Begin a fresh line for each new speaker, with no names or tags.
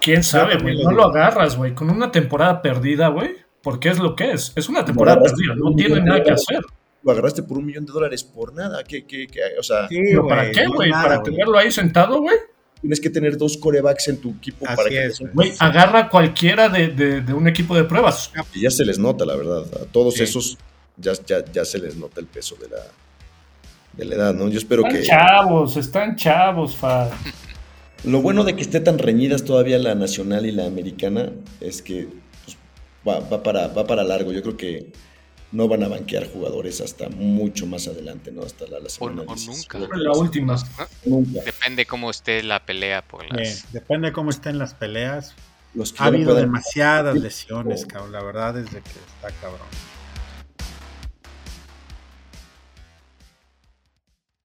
¿Quién sabe, güey? No lo agarras, güey. Con una temporada perdida, güey. Porque es lo que es. Es una temporada
agarraste
perdida.
por
No
un
tiene
millón de
nada que
dólares.
hacer.
Lo agarraste por un millón de dólares por nada. ¿Qué, qué, qué? O sea,
Sí,
¿Pero para
güey,
qué,
no
güey?
nada,
¿Para
güey.
tenerlo ahí sentado, güey?
tienes que tener dos corebacks en tu equipo
Así
para que
es,
te-
güey.
Güey, agarra cualquiera de, de- de un equipo de pruebas.
Y ya se les nota, la verdad. A todos
Sí.
esos ya, ya, ya se les nota el peso de la, de la edad, ¿no? Yo espero
Están
que.
chavos, están chavos, fa.
Lo bueno de que esté tan reñidas todavía la nacional y la americana es que pues, va, va para, va para largo. Yo creo que no van a banquear jugadores hasta mucho más adelante, ¿no? Hasta la, la
O,
semana
o
16.
nunca.
La última.
Nunca.
Depende cómo esté la pelea por
Eh,
las.
depende de cómo estén las peleas.
Los que
Ha
ya no
habido
puedan-
demasiadas lesiones, cabrón. La verdad es de que está cabrón.